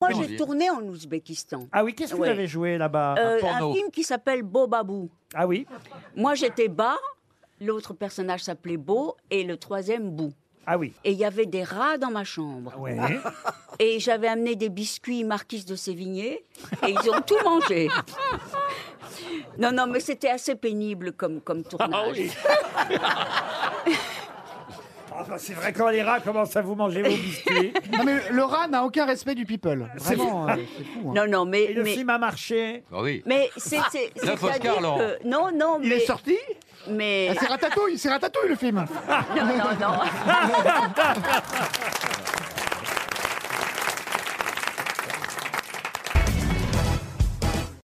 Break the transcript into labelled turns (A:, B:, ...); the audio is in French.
A: Moi, j'ai tourné en Ouzbékistan.
B: Ah oui, qu'est-ce que
A: Ouais.
B: vous avez joué là-bas
A: Euh, un film qui s'appelle Bobabou.
B: Ah oui
A: Moi, j'étais bas, l'autre personnage s'appelait Beau et le troisième Bou.
B: Ah oui.
A: Et il y avait des rats dans ma chambre.
B: Ouais.
A: Et j'avais amené des biscuits Marquise de Sévigné et ils ont tout mangé. Non, non, mais c'était assez pénible comme, comme tournage.
B: Ah, bah, c'est vrai, quand les rats commencent à vous manger vos biscuits.
C: Non, mais le rat n'a aucun respect du people.
B: C'est-
C: Vraiment, euh, c'est fou. hein.
A: Non, non, mais.
B: Et le
A: mais...
B: film a marché.
D: Ah oui.
A: Mais c'est c'est-
D: Neuf
A: c'est-à-dire
D: Oscars, Laurent.
A: que- non non
C: Il
A: mais
C: est sorti
A: mais
C: Ah, C'est Ratatouille, c'est Ratatouille le film.
A: non non non